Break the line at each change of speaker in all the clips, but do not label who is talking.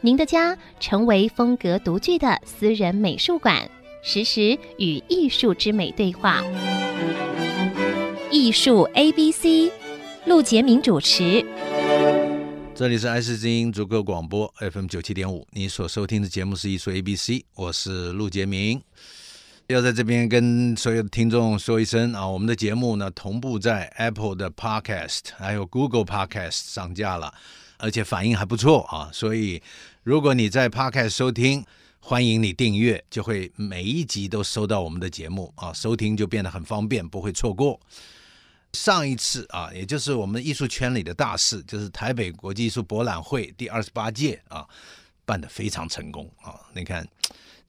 您的家成为风格独具的私人美术馆，实时与艺术之美对话。艺术 A B C，陆杰明主持。
这里是爱思之音足够广播 FM 九七点五，你所收听的节目是艺术 ABC，我是陆杰明。要在这边跟所有的听众说一声啊，我们的节目呢同步在 Apple 的 Podcast 还有 Google Podcast 上架了，而且反应还不错啊。所以如果你在 Podcast 收听，欢迎你订阅，就会每一集都收到我们的节目啊，收听就变得很方便，不会错过。上一次啊，也就是我们艺术圈里的大事，就是台北国际艺术博览会第二十八届啊，办得非常成功啊。你看，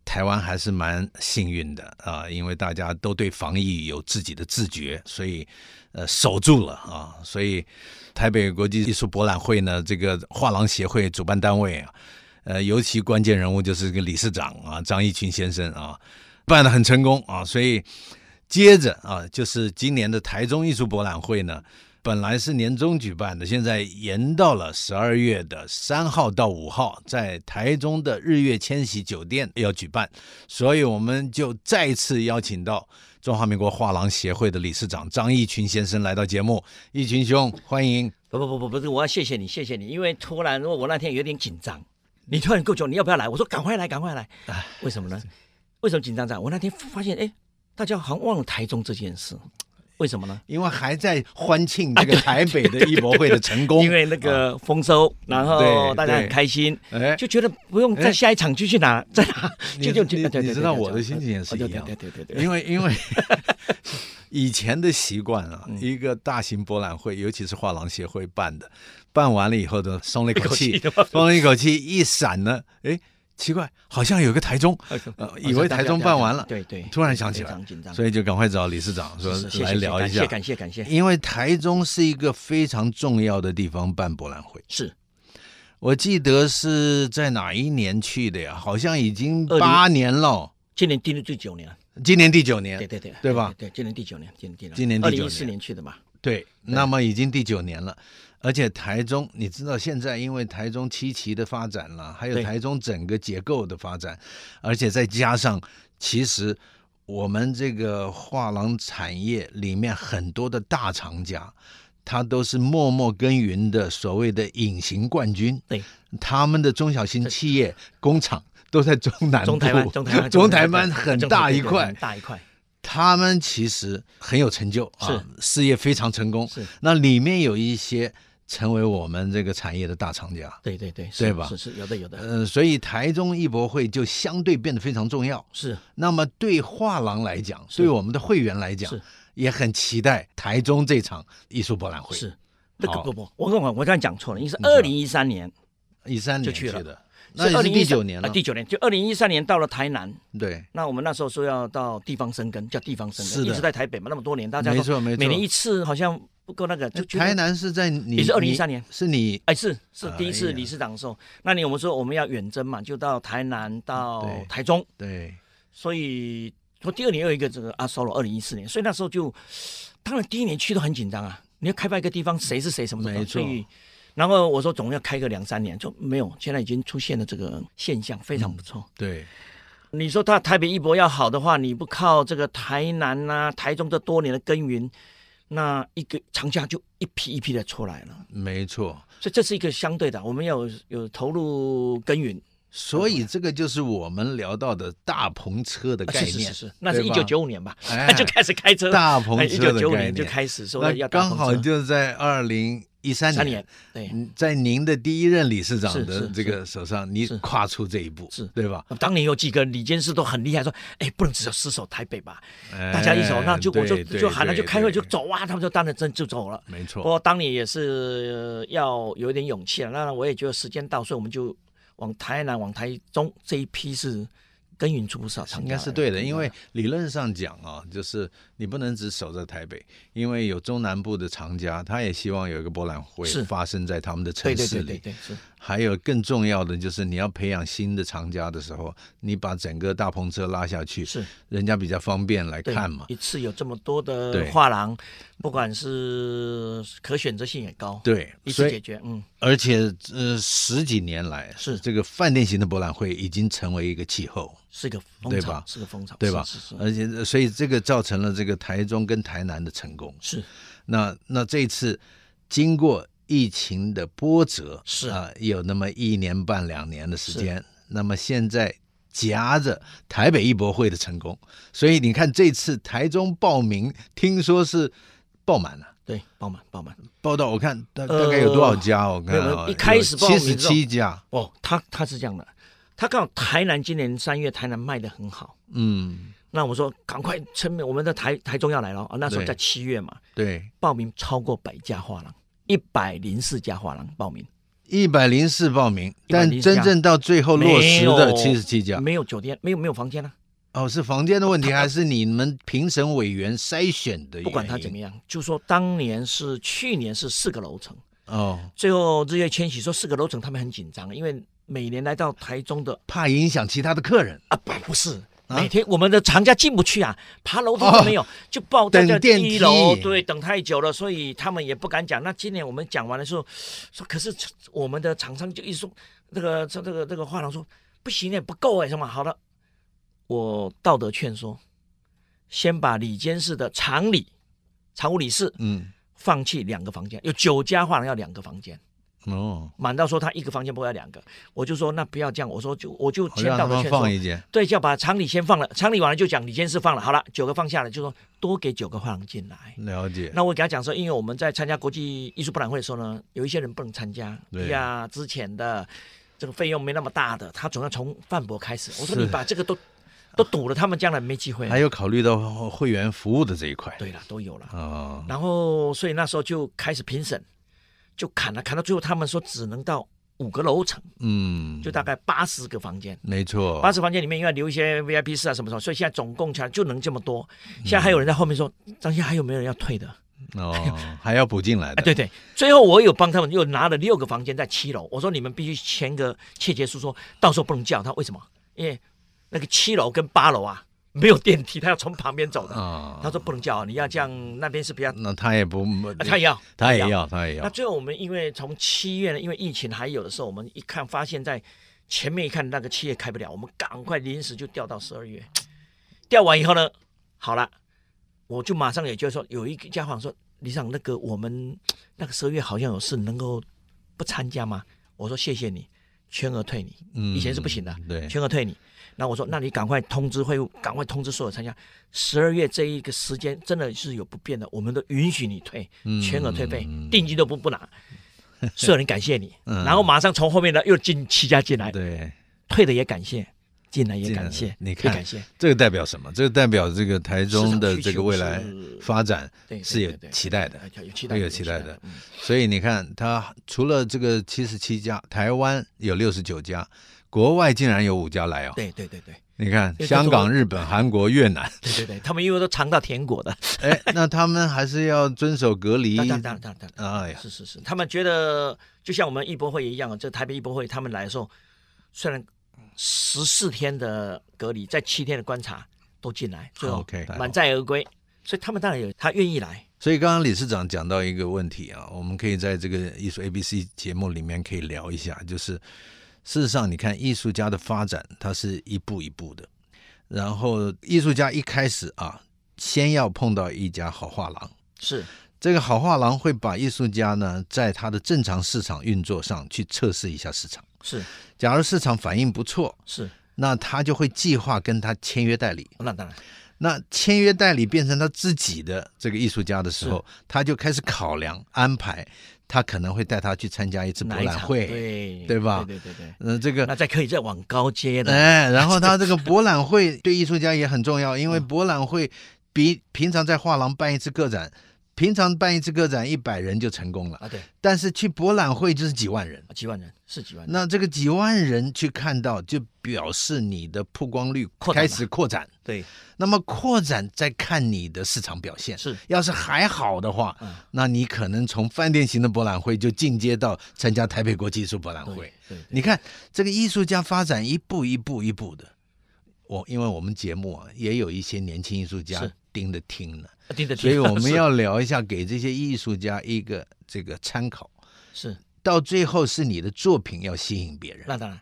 台湾还是蛮幸运的啊，因为大家都对防疫有自己的自觉，所以呃守住了啊。所以台北国际艺术博览会呢，这个画廊协会主办单位啊，呃，尤其关键人物就是个理事长啊，张义群先生啊，办得很成功啊，所以。接着啊，就是今年的台中艺术博览会呢，本来是年终举办的，现在延到了十二月的三号到五号，在台中的日月千禧酒店要举办，所以我们就再次邀请到中华民国画廊协会的理事长张义群先生来到节目，义群兄，欢迎。
不不不不不是，我要谢谢你，谢谢你，因为突然我我那天有点紧张，你突然够久，你要不要来？我说赶快来，赶快来。为什么呢？为什么紧张这样？我那天发现，哎，大家好像忘了台中这件事，为什么呢？
因为还在欢庆这个台北的艺博会的成功，
因为那个丰收，然后
对
大家
对
很开心，
哎
就觉得不用
哎
在下一场继续拿，再拿，
你
就就就
你
对对
你
对
知道
对
我的心情也是
对
一样
对对对对 对，
因为因为以前的习惯啊，
嗯
一个大型博览会，尤其是画廊协会办的，办完了以后呢，松了一口气
一口气，
松了一口气，一闪呢，哎，奇怪，好像有个台中，呃以为台中办完了，
对对，
突然想起
紧
来
张，紧张，
所以就赶快找理事长说
嗯是是谢谢
来聊一下，
感谢感谢感谢，
因为台中是一个非常重要的地方办博览会，
是
我记得是在哪一年去的呀？好像已经
20
八年了，哦
今年第第九年了，
今年第九年，
对对对，
对吧？
对，今年第九年，今年第九年，
今年第
二
九
零
年
一四年去的吧？
对，那么已经第九年了，而且台中，你知道现在因为台中七期的发展了，还有
对
台中整个结构的发展，而且再加上，其实我们这个画廊产业里面很多的大厂家，他都是默默耕耘的所谓的隐形冠军，
对，
他们的中小型企业工厂都在中南部，
中台湾，中 台湾，
中台湾很大一块
很，大一块，
他们其实很有成就啊，事业非常成功。
是
那里面有一些成为我们这个产业的大厂家，
对对对，是
对吧
是是，有的有的，
呃，所以台中艺博会就相对变得非常重要。
是
那么对画廊来讲，
是
对我们的会员来讲
是，
也很期待台中这场艺术博览会。
是。那个
好
不不，我跟我我刚才讲错了，应该是
你说
二零一三年，
一三年
就去了
的，那也
2013
是第九年
啊
了。
第九年就二零一三年到了台南，
对，
那我们那时候说要到地方生根，叫地方生
是
根，
的
一直在台北嘛，那么多年，大家
没
都
错没错。哎
每年一次好像不够那个，就觉得
台南是在你
也是
你
2013年
是你
哎，是是
哎
第一次
呀
理事长的时候，那年我们说我们要远征嘛，就到台南到
嗯对
台中，
对
所以说第二年又有一个这个阿 solo 二零一四年，所以那时候就，当然第一年去都很紧张啊，你要开发一个地方，谁是谁什么什
没
么，
错
所以，然后我说总要开个两三年，就没有，现在已经出现了这个现象，非常不错。
对嗯
你说他台北一博要好的话，你不靠这个台南呐、台中这多年的耕耘，那一个厂家就一批一批的出来了，
没错。
所以这是一个相对的，我们要有有投入耕耘。
所以这个就是我们聊到的大篷车的
啊
概
是是
念，
是是，那是
对
一
吧
九九五年吧，
哎
就开始开车，
大篷
哎一
车
九
的
九五
概
年就
念。
开始说
那
要大
刚
篷
好
车
就在二零一三
三年，，对，
嗯在您的第一任理事长
是
的
是
这个手上，你
是
跨出这一步，
是
对吧？
当年有几个李监事都很厉害，说，哎，不能只有失守台北吧，大家一手，
哎
那就我就
对对
就喊了，
对
就开会
对
就走啊，他们就当然真就走了。
没
不
错，
过当年也是呃要有一点勇气了，那我也觉得时间到，所以我们就往台南、往台中这一批是耕耘出不少长
应
假
该
来
是对的，因为
对
理论上讲啊，就是你不能只守着台北，因为有中南部的藏家，他也希望有一个博览会
是
发生在他们的城
对对
市
对
里。
对对是
还有更重要的就是，你要培养新的藏家的时候，你把整个大篷车拉下去，
是
人家比较方便来
对
看嘛。
一次有这么多的
对
画廊，不管是可选择性也高，，
对，
一
所
次解
以
决，嗯，
而且呃，十几年来
是
这个饭店型的博览会已经成为一个气候。
是一个风
对
潮
吧，
是个风潮，
对吧？
是是
而且，呃所以这个造成了这个台中跟台南的成功。
是是
那那这一次经过疫情的波折，
是
啊、有那么一年半两年的时间。那么现在夹着台北艺博会的成功，所以你看这次台中报名听说是爆满了、
对，爆满爆满。
报到我看大
呃
大概有多少家？我
没
看
有没有
啊
一开始报名
七十七家，
哦，他他是这样的，他刚好台南今年三月台南卖的很好，
嗯，
那我说赶快趁我们的台台中要来了啊，那时候
对
在七月嘛，
对，
报名超过百家画廊，一百零四家画廊报名，
一百零四报名，但
104家
真正到最后落实的七十七家，
没有酒店，没有没有房间啊，
哦，是房间的问题，
他
还是你们评审委员筛选的原因？
不管他怎么
哎
样，就说当年是去年是四个楼层，
哦，
最后日月千禧说四个楼层他们很紧张，因为每年来到台中的
怕影响其他的客人。
啊不不是。
啊哦
每天我们的长假进不去啊，爬楼梯都没有，就抱在
等
这
电
一楼，
梯
对，等太久了，所以他们也不敢讲。那今年我们讲完的时候，说可是我们的厂商就一直说，这个这这个这个画廊说不行也不够哎，什么好了，我道德劝说，先把里监事的常理、常务理事
嗯，
放弃两个房间，有九家画廊要两个房间。
哦，
满到说他一个房间不要两个，我就说那不要这样，我说就我就
好
先
让
道
他
德
们
劝说
放，一间。
对，就要把常理先放了，常理完了就讲李监事放了，好了，九个放下来，就说多给九个画廊进来。
了解。
那我给他讲说，因为我们在参加国际艺术博览会的时候呢，有一些人不能参加，
对
呀，之前的这个费用没那么大的，他总要从饭博开始。我说
是
你把这个都都堵了，他们将来没机会。
还有考虑到会员服务的这一块。
对了，都有了。
啊，
然后所以那时候就开始评审，就砍了，砍到最后他们说只能到五个楼层，
嗯，
就大概八十个房间。
没错。
八十房间里面应该留一些 VIP 室啊什么什么，所以现在总共起来就能这么多。现在还有人在后面说，张先还有没有人要退的？
哦，还要补进来
哎，
的。
对对，最后我有帮他们又拿了六个房间在七楼，我说你们必须签个切结书说，到时候不能叫他，为什么？因为那个七楼跟八楼啊没有电梯，他要从旁边走的。
啊，嗯
他说不能叫啊，你要这样，那边是比较，啊
那他也不，
他也要，
他也要，他也
那
要。
最后我们因为从七月呢，因为疫情还有的时候，我们一看发现，在前面一看那个七月开不了，我们赶快临时就调到十二月。调完以后呢，好了，我就马上也就是说，有一个家访说，李长那个我们那个十二月好像有事，能够不参加吗？我说谢谢你，全额退你，
嗯
以前是不行的，
对
全额退你。那我说，那你赶快通知会务，赶快通知所有参加。十二月这一个时间真的是有不变的，我们都允许你退，全
嗯
额退费，定金都不不拿。所有人感谢你，
嗯
然后马上从后面呢又进七家进来，
对，
退的也感谢，进来也
进来
感谢，
你
也
看
感谢，
这个代表什么？这个代表这个台中的这个未来发展
对，
是有
对对对
期待的。
哎有期待，
有期待的
的。嗯
所以你看，它除了这个七十七家，台湾有六十九家，国外竟然有五家来哦。
对对对对
你看，
对
香港、
这
日本、韩国、越 南，
对对对，他们因为都尝到甜果的，
哎，那他们还是要遵守隔离。
当然当然当然当然，
哎呀，
是是是，他们觉得就像我们艺博会一样，这台北艺博会他们来的时候，虽然十四天的隔离，在七天的观察都进来，最后
OK，
满载而归，所以他们当然有他愿意来，
所以刚刚理事长讲到一个问题啊，我们可以在这个艺术 ABC 节目里面可以聊一下，就是事实上，你看艺术家的发展，它是一步一步的。然后艺术家一开始啊，先要碰到一家好画廊。
是
这个好画廊会把艺术家呢，在他的正常市场运作上去测试一下市场。
是
假如市场反应不错，
是，
那他就会计划跟他签约代理。
那当然
那签约代理变成他自己的这个艺术家的时候，他就开始考量安排，他可能会带他去参加一次博
哪一
览
场
会。
对
对吧
对对对对，
嗯、这个
那再可以再往高阶的，
哎，然后他这个博览 会对艺术家也很重要，因为博览会比平常在画廊办一次个展平常办一次个展一百人就成功了，
啊，对，
但是去博览会就是几万人。
几万人是几万人，
那这个几万人去看到，就表示你的曝光率
扩展
开
了
始扩展。
对，
那么扩展再看你的市场表现，
是
要是还好的话，
嗯
那你可能从饭店型的博览会就进阶到参加台北国际艺术博览
对
会。
对对
你看这个艺术家发展一步一步一步的，我因为我们节目啊也有一些年轻艺术家
是
盯着听呢，
啊对的，
所以
对的
我们
是
要聊一下，给这些艺术家一个这个参考。
是
到最后是你的作品要吸引别人，
那当然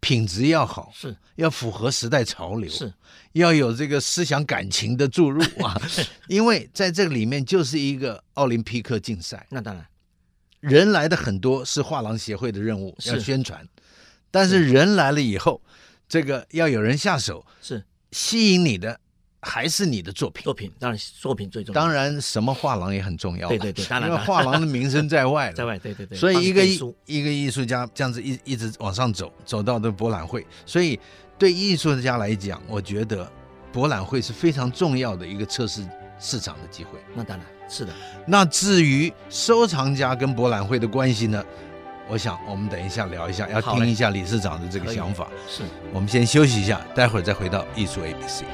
品质要好，
是
要符合时代潮流，
是
要有这个思想感情的 注入啊，因为在这里面就是一个奥林匹克竞赛，
那当然
人来的很多是画廊协会的任务
是
要宣传，但是人来了以后，这个要有人下手，
是
吸引你的还是你的作品。
作品，当然作品最重要，
当然，什么画廊也很重要啊，
对对对当然
因为画廊的名声在外了，
在外对对对，
所
帮
以
你
一个
背
艺
书
一个艺术家这样子一一直往上走，走到的博览会，所以对艺术家来讲，我觉得博览会是非常重要的一个测试市场的机会。
那当然是的，
那至于收藏家跟博览会的关系呢？我想我们等一下聊一下，要
好嘞
听一下理事长的这个
可以
想法。
是
我们先休息一下，待会儿再回到艺术 ABC。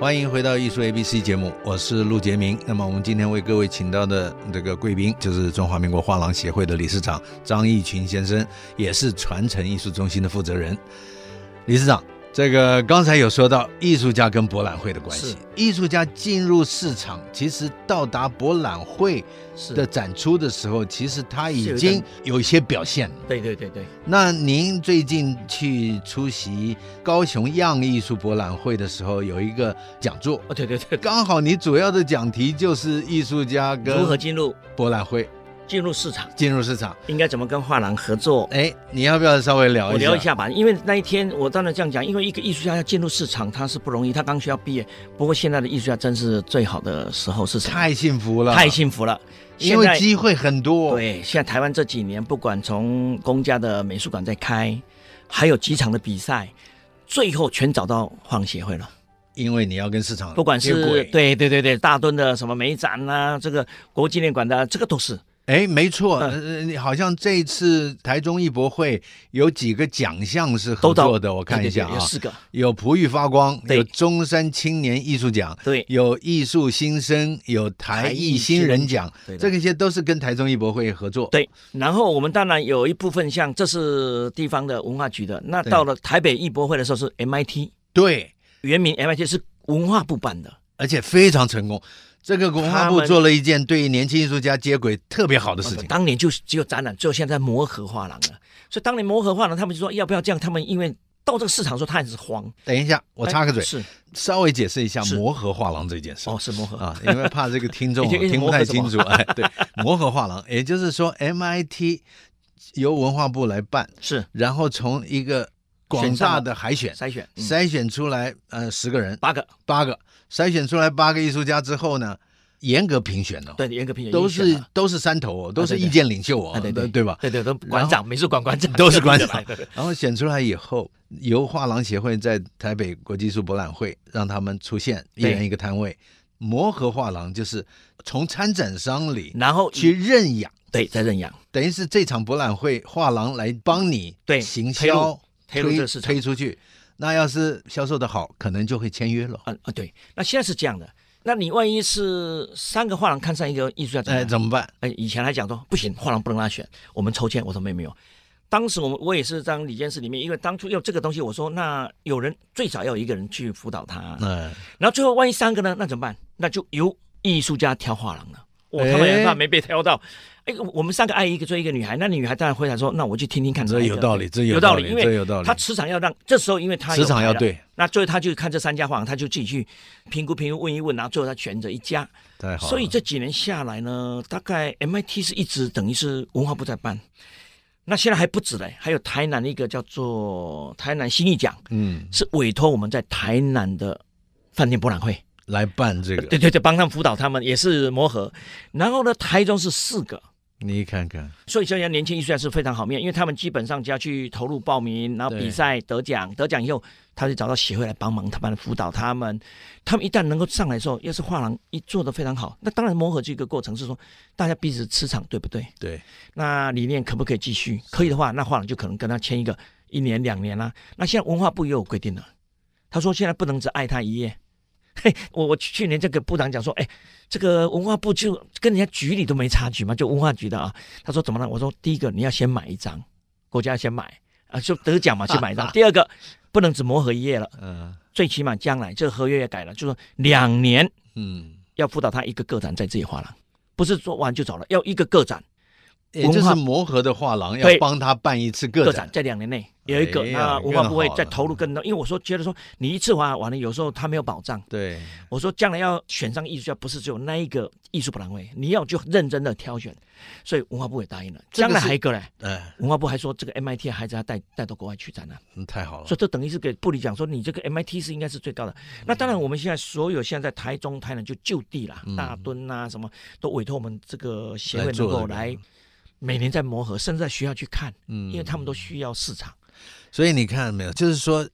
欢迎回到艺术 ABC 节目，我是陆杰明。那么我们今天为各位请到的这个贵宾，就是中华民国画廊协会的理事长张义群先生，也是传承艺术中心的负责人。理事长，这个刚才有说到艺术家跟博览会的关系
是，
艺术家进入市场，其实到达博览会
是
的展出的时候，其实他
是
已
有一
经
点
有一些表现了。
对对对对，
那您最近去出席高雄样艺术博览会的时候，有一个讲座，
哦对对对，
刚好你主要的讲题就是艺术家
如何
跟
进入
博览会
进入市场，
进入市场。
应该怎么跟画廊合作？
哎，你要不要稍微聊一下？
我聊一下吧，因为那一天我当然这样讲，因为一个艺术家要进入市场，他是不容易，他刚学校毕业。不过现在的艺术家真是最好的时候是什么？
太幸福了，
太幸福了，
因
现
为
在
机会很多。
对，现在台湾这几年，不管从公家的美术馆在开，还有几场的比赛，最后全找到画廊协会了。
因为你要跟市场
不管
接轨
是对对对对，大墩的什么美展啦、这个国纪念馆的，啊这个都是
哎，没错，
嗯
呃，你好像这一次台中艺博会有几个奖项是合
都到
作的，我看一下
对对对
啊
有，四个，
有璞玉发光，
对
有中山青年艺术奖，
对
有艺术新生，有台艺新人奖，
对的
这个些都是跟台中艺博会合作。
对，然后我们当然有一部分像这是地方的文化局的，那
对
到了台北艺博会的时候是 MIT，
对，
原名 MIT 是文化部办的，啊
而且非常成功。这个文化
他
部
们哦
做了一件对年轻艺术家接轨特别好的事情。
当年就是只有展览，最后现在磨合画廊了，所以当年磨合画廊，他们就说哎要不要这样，他们因为到这个市场说他也是慌，
等一下，我插个嘴
哎，是
稍微解释一下
是
磨合画廊这件事。
哦是磨合
啊，因为怕这个听 众
一定
听不太清楚，
磨合什么
哎，对，磨合画廊，也就是说 MIT 由文化部来办，
是
然后从一个广
选上
大
了
的海选
筛选、嗯、
筛选出来，呃，十个人，
八个，哦
八个，筛选出来八个艺术家之后呢，严格评选哦，
对严格评选
都
已经
是
选了
都是山头哦，都是
对对
意见领袖哦
啊，对
对
对
对吧？
对对都馆长美术馆馆长
都是馆
对
长
对对。
然后选出来以后，由画廊协会在台北国际艺术博览会让他们出现，一
对
人一个摊位。磨合画廊就是从参展商里
然后
去认养，
对在认养
等于是这场博览会画廊来帮你
对
行
推入
销
推入这个市场
推出去。那要是销售的好，可能就会签约了。
啊啊对，那现在是这样的，那你万一是三个画廊看上一个艺术家，怎么
哎，
办
怎么办？
哎，以前还讲说不行，画廊不能让他选，我们抽签。我说没有没有，当时我们我也是当理监事里面，因为当初要这个东西，我说那有人最少要有一个人去辅导他，
嗯，
然后最后万一三个呢，那怎么办？那就由艺术家挑画廊了。我
哎
他们怕没被挑到，哎，我们三个爱一个追一个女孩，那女孩当然会想说，那我去听听看哪一
这
个。
有道理，这
哎有
道
道理因为
这有道理
他。磁场要让，这时候因为他有
磁场要
牌了，
对，
那最后他就看这三家画廊，他就自己去评估评估问一问，然后最后他选择一家。
太好了。
所以这几年下来呢，大概 MIT 是一直等于是文化部在办，那现在还不止嘞，还有台南的一个叫做台南新艺奖，
嗯，
是委托我们在台南的饭店博览会
来办这个，
对对对，帮他们辅导他们也是磨合。然后呢，台中是四个，
你看看，
所以现在年轻艺术家是非常好面，因为他们基本上就要去投入报名，然后
对
比赛得奖，得奖以后他就找到协会来帮忙，他们辅导他们。他们一旦能够上来的时候，要是画廊一做得非常好，那当然磨合这个过程是说大家彼此磁场对不对？
对，
那理念可不可以继续？可以的话，那画廊就可能跟他签一个一年两年啦、那现在文化部也有规定了，他说现在不能只爱他一夜。 嘿，我我去年这个部长讲说，哎，这个文化部就跟人家局里都没差距嘛，就文化局的啊。他说怎么了？我说第一个你要先买一张，国家要先买啊，就得奖嘛，先买一
啊
张。第二个不能只磨合一夜了，
嗯
最起码将来这个合约也改了，就说两年
嗯，
要辅导他一个个展在自己画廊，不是做完就走了，要一个个展。
也就
文
是
化
磨合的画廊要
对
帮他办一次个
个
展
展，在两年内有一个，
哎呀
那文化部会
更好
再
了
投入更多，因为我说觉得说你一次花完了，有时候他没有保障。
对，
我说将来要选上艺术家，不是只有那一个艺术博览会，你要就认真的挑选，所以文化部也答应了。
这个
将
是
来还有一个嘞，
哎，
文化部还说这个 MIT 的孩子要带带到国外去展啊览，
嗯太好了
所以，这等于是给部里讲说你这个 MIT 是应该是最高的。
嗯
那当然，我们现在所有现在在台中、台南就就地啦，
嗯
大墩啊什么都委托我们这个协
来
会能
做
够
这个
来每年在磨合，甚至在学校去看，
嗯
因为他们都需要市场。
所以你看没有，就是说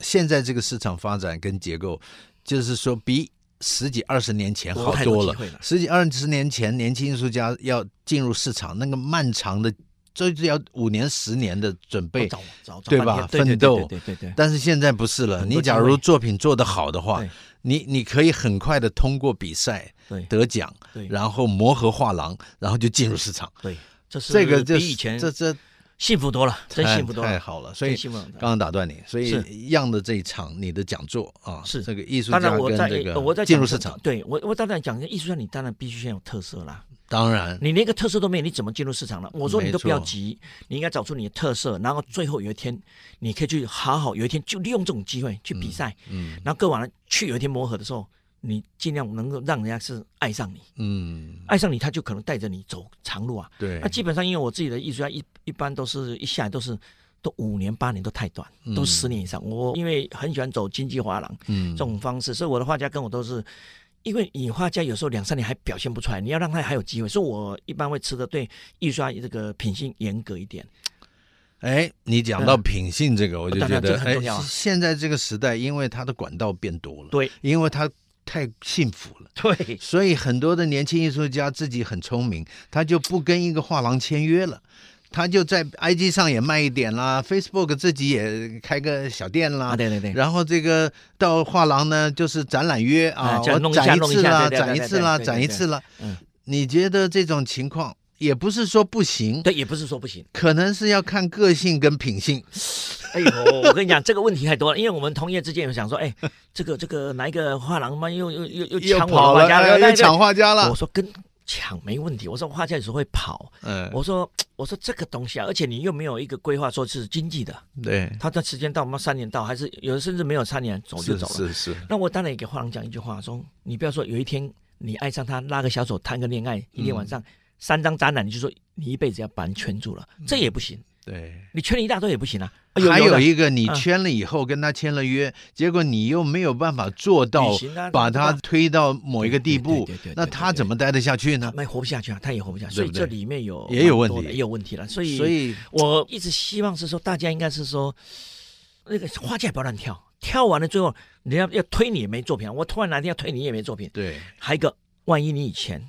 现在这个市场发展跟结构，就是说比十几二十年前好
太
多
机
了。
会了。
十几二十年前，年轻艺术家要进入市场，那个漫长的，这就要五年十年的准备。
早早
对吧奋斗
对对对对
但是现在不是了，
很多
你假
机
如
会
作品做得好的话
对，
你你可以很快的通过比赛
对对
得奖，
对，
然后磨合画廊，然后就进入市场。
对，这是
这个就
比以前
这这
幸福多了，真
太
幸福多
太
了。
好了。所
真
以
幸福多了。
刚刚打断你，所以
是
一样的这一场你的讲座啊，
是
这个艺术家
当然，
跟
我在
这个
我在
进
讲
入
这
市
个
场，
对我我当然讲艺术家，你当然必须先有特色啦。
当然
你连一个特色都没有，你怎么进入市场呢？
嗯
我说你都不要急，你应该找出你的特色，然后最后有一天，你可以去好好有一天就利用这种机会去比赛，
嗯
然后各完了去有一天磨合的时候，你尽量能够让人家是爱上你，
嗯，
爱上你他就可能带着你走长路啊。
对
那，基本上，因为我自己的艺术家一一般都是一下来都是都五年八年都太短，都
嗯
十年以上。我因为很喜欢走经济画廊
嗯
这种方式，所以我的画家跟我都是，因为你画家有时候两三年还表现不出来，你要让他还有机会，所以我一般会吃的对艺术家这个品性严格一点。
哎，你讲到品性这个，我就
嗯当
觉
然这
得，
个很
哎
重要啊，
现在这个时代，因为它的管道变多了，，
对
因为它太幸福了，
对
所以很多的年轻艺术家自己很聪明，他就不跟一个画廊签约了。他就在 IG 上也卖一点啦，Facebook 自己也开个小店啦，
啊，对对对，
然后这个到画廊呢，就是展览约
哎
啊，
这
我
弄一下
展一
弄一
次
下
啦，
对对
展一
对
次
对
啦，
对
展一
对
次啦
嗯。
你觉得这种情况也不是说不行，
对也不是说不行。
可能是要看个性跟品性。
哎呦，我跟你讲，这个问题太多了，因为我们同业之间有想说，哎，这个这个哪一个画廊嘛，又又又又抢
跑
我
了，
的画家，
哎
对
又
对对
抢画家
我
了。
说跟抢没问题，我说画家有时候会跑，
嗯，
我说我说这个东西啊，而且你又没有一个规划说是经济的，
对，
他的时间到，我们三年到，还是有的甚至没有三年走就走了。
是是，
那我当然也给画廊讲一句话，说你不要说有一天你爱上他，拉个小手谈个恋爱，一天晚上、三张展览，你就说你一辈子要把人圈住了，这也不行，
对。
你圈了一大堆也不行嗯啊。
还有
的
一个，你
嗯
签了以后跟他签了约，结果你又没有办法做到
旅行啊
把他
对
推到某一个地步
对对对对对，
那他怎么待得下去呢？
那活不下去啊，他也活不下
对
去，所以
不对
这里面有
也有问
蛮多
题
的也有问题了。所以
所以
我一直希望是说，大家应该是说，那个花架不要乱跳，跳完了最后，人家要推你也没作品啊。我突然哪天要推你也没作品。
对，
还有一个，万一你以前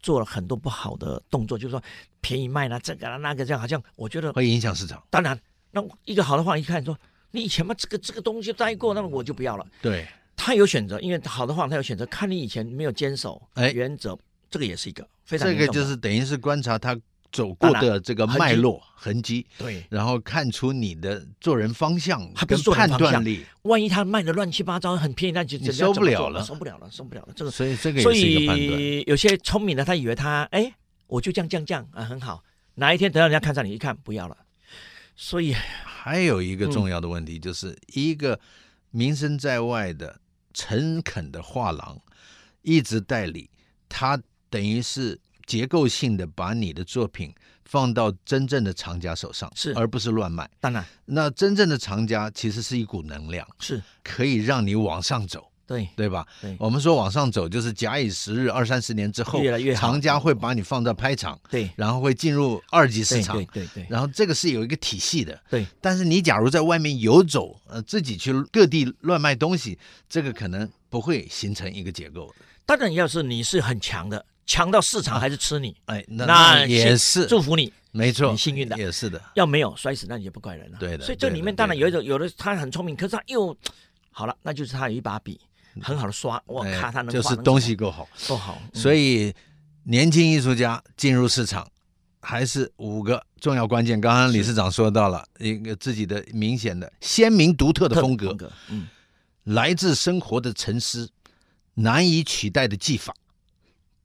做了很多不好的动作，就是说便宜卖啦、这个啦、那个这样，好像我觉得，
会影响市场。
当然，那一个好的话一看说，你以前嘛这个这个东西待过，那我就不要了。
对，
他有选择，因为好的话他有选择，看你以前没有坚守
哎
原则，这个也是一个非常
这个
严重的
就是等于是观察他走过的这个脉络痕迹，
对。
然后看出你的做人方向
还不
跟
是做
判
人方向
断力，
万一他卖的乱七八糟，很便宜，那就
你
人家
受
怎
不
么
了
做
了
受不了了，受不了了。这个，
所以这个
所
也是一个判断。
以有些聪明的他以为他哎，我就这样这样这样啊，很好。哪一天等到人家看上你，一看不要了。所以
还有一
嗯
个重要的问题，就是一个名声在外的诚恳的画廊，一直代理，它等于是结构性的把你的作品放到真正的藏家手上，
是
而不是乱卖。
当然
那真正的藏家其实是一股能量，
是
可以让你往上走。
对
对吧？
对
我们说往上走，就是假以时日，二三十年之后，
越来越好
长家会把你放到拍场，
对
然后会进入二级市
对
场
对，对对
然后这个是有一个体系的。
对，
但是你假如在外面游走，呃，自己去各地乱卖东西，这个可能不会形成一个结构。
当然要是你是很强的，强到市场还是吃你，
哎，那
那
也
幸
是，
祝福你。
没错，
很幸运的
也是的。
要没有摔死，那你也不怪人了。
对的
所以这里面当然有一种，有的他很聪明，可是他又好了，那就是他有一把笔，很好的刷，我
嗯哎
咔，他能
就是
画能
东西够好，
都好。嗯
所以年轻艺术家进入市场。还是五个重要关键，刚刚理事长说到了一个自己的明显的、鲜明独特的
特
风格，
格，嗯，
来自生活的沉思，难以取代的技法，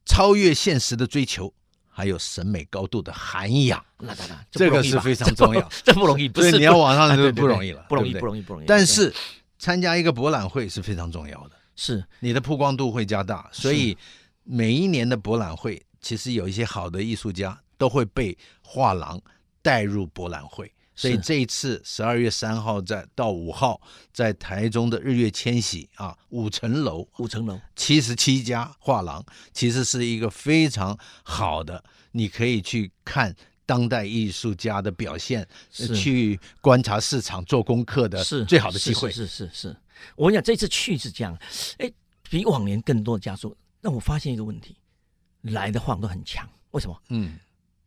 超越现实的追求，还有审美高度的涵养，
那当然，
这
不
个
容易
是
吧
非常重要。
这不容易，不
所以
是
你要往上
啊
就
对对
不容易了，
不容易，
对
不
易。
容易，不容易。
但
对
是参加一个博览会是非常重要的，
是
你的曝光度会加大，所以每一年的博览会，其实有一些好的艺术家都会被画廊带入博览会。所以
是
这一次十二月三号在到五号在台中的日月千禧啊五层楼
五层楼，
七十七家画廊，其实是一个非常好的，你可以去看当代艺术家的表现，呃
是
去观察市场、做功课的
是
最好的机会。
是是是是是我跟你讲，这次去是这样，哎，比往年更多的加速。让我发现一个问题，来的晃都很强，为什么？
嗯，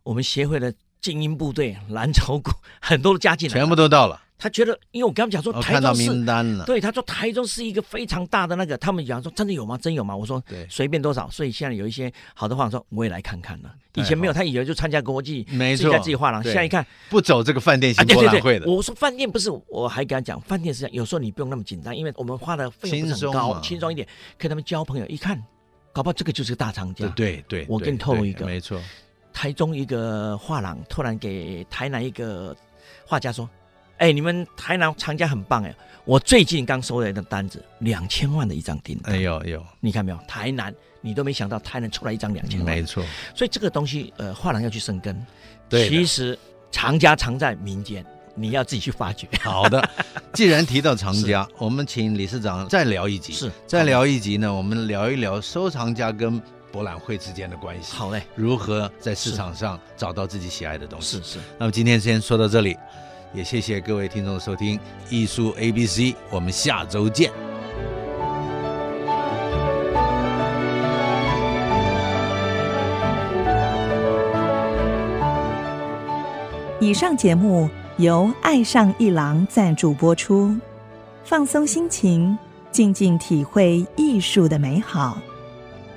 我们协会的精英部队、蓝筹股很多都加进来了，
全部都到了，
他觉得，因为我刚刚讲说
我
台
看到
中市，
名单了。
对，他说台中是一个非常大的那个，他们讲说真的有吗？真有吗？我说
对
随便多少，所以现在有一些好的画廊说我也来看看了，
太
以前没有，他以为就参加国际。
没
自己在
错，
自己画廊，
对
现在一看
不走这个饭店
啊，
型
对
博览
对
会的，
对，我说饭店不是，我还跟他讲，饭店是这样有时候你不用那么紧张，因为我们花的费用不是
轻松
很
嘛
高，轻松一点，跟他们交朋友，一看，搞不好这个就是个大厂家。
对对，
我
对
给你透露
对
一个
没错，
台中一个画廊突然给台南一个画家说：“哎，你们台南藏家很棒哎，我最近刚收了一个单子，两千万的一张订单。
哎呦呦，
你看没有？台南你都没想到台南出来一张两千
没
万，
错，
所以这个东西呃，画廊要去生根。
对的
其实藏家藏在民间，你要自己去发掘。
好的， 既然提到藏家，我们请理事长再聊一集。
是
再聊一集呢，我们聊一聊收藏家跟博览会之间的关系，
好嘞，
如何在市场上找到自己喜爱的东西。
是是，
那么今天先说到这里，也谢谢各位听众的收听《艺术 A B C》，我们下周见。
以上节目由爱上一郎赞助播出，放松心情，静静体会艺术的美好。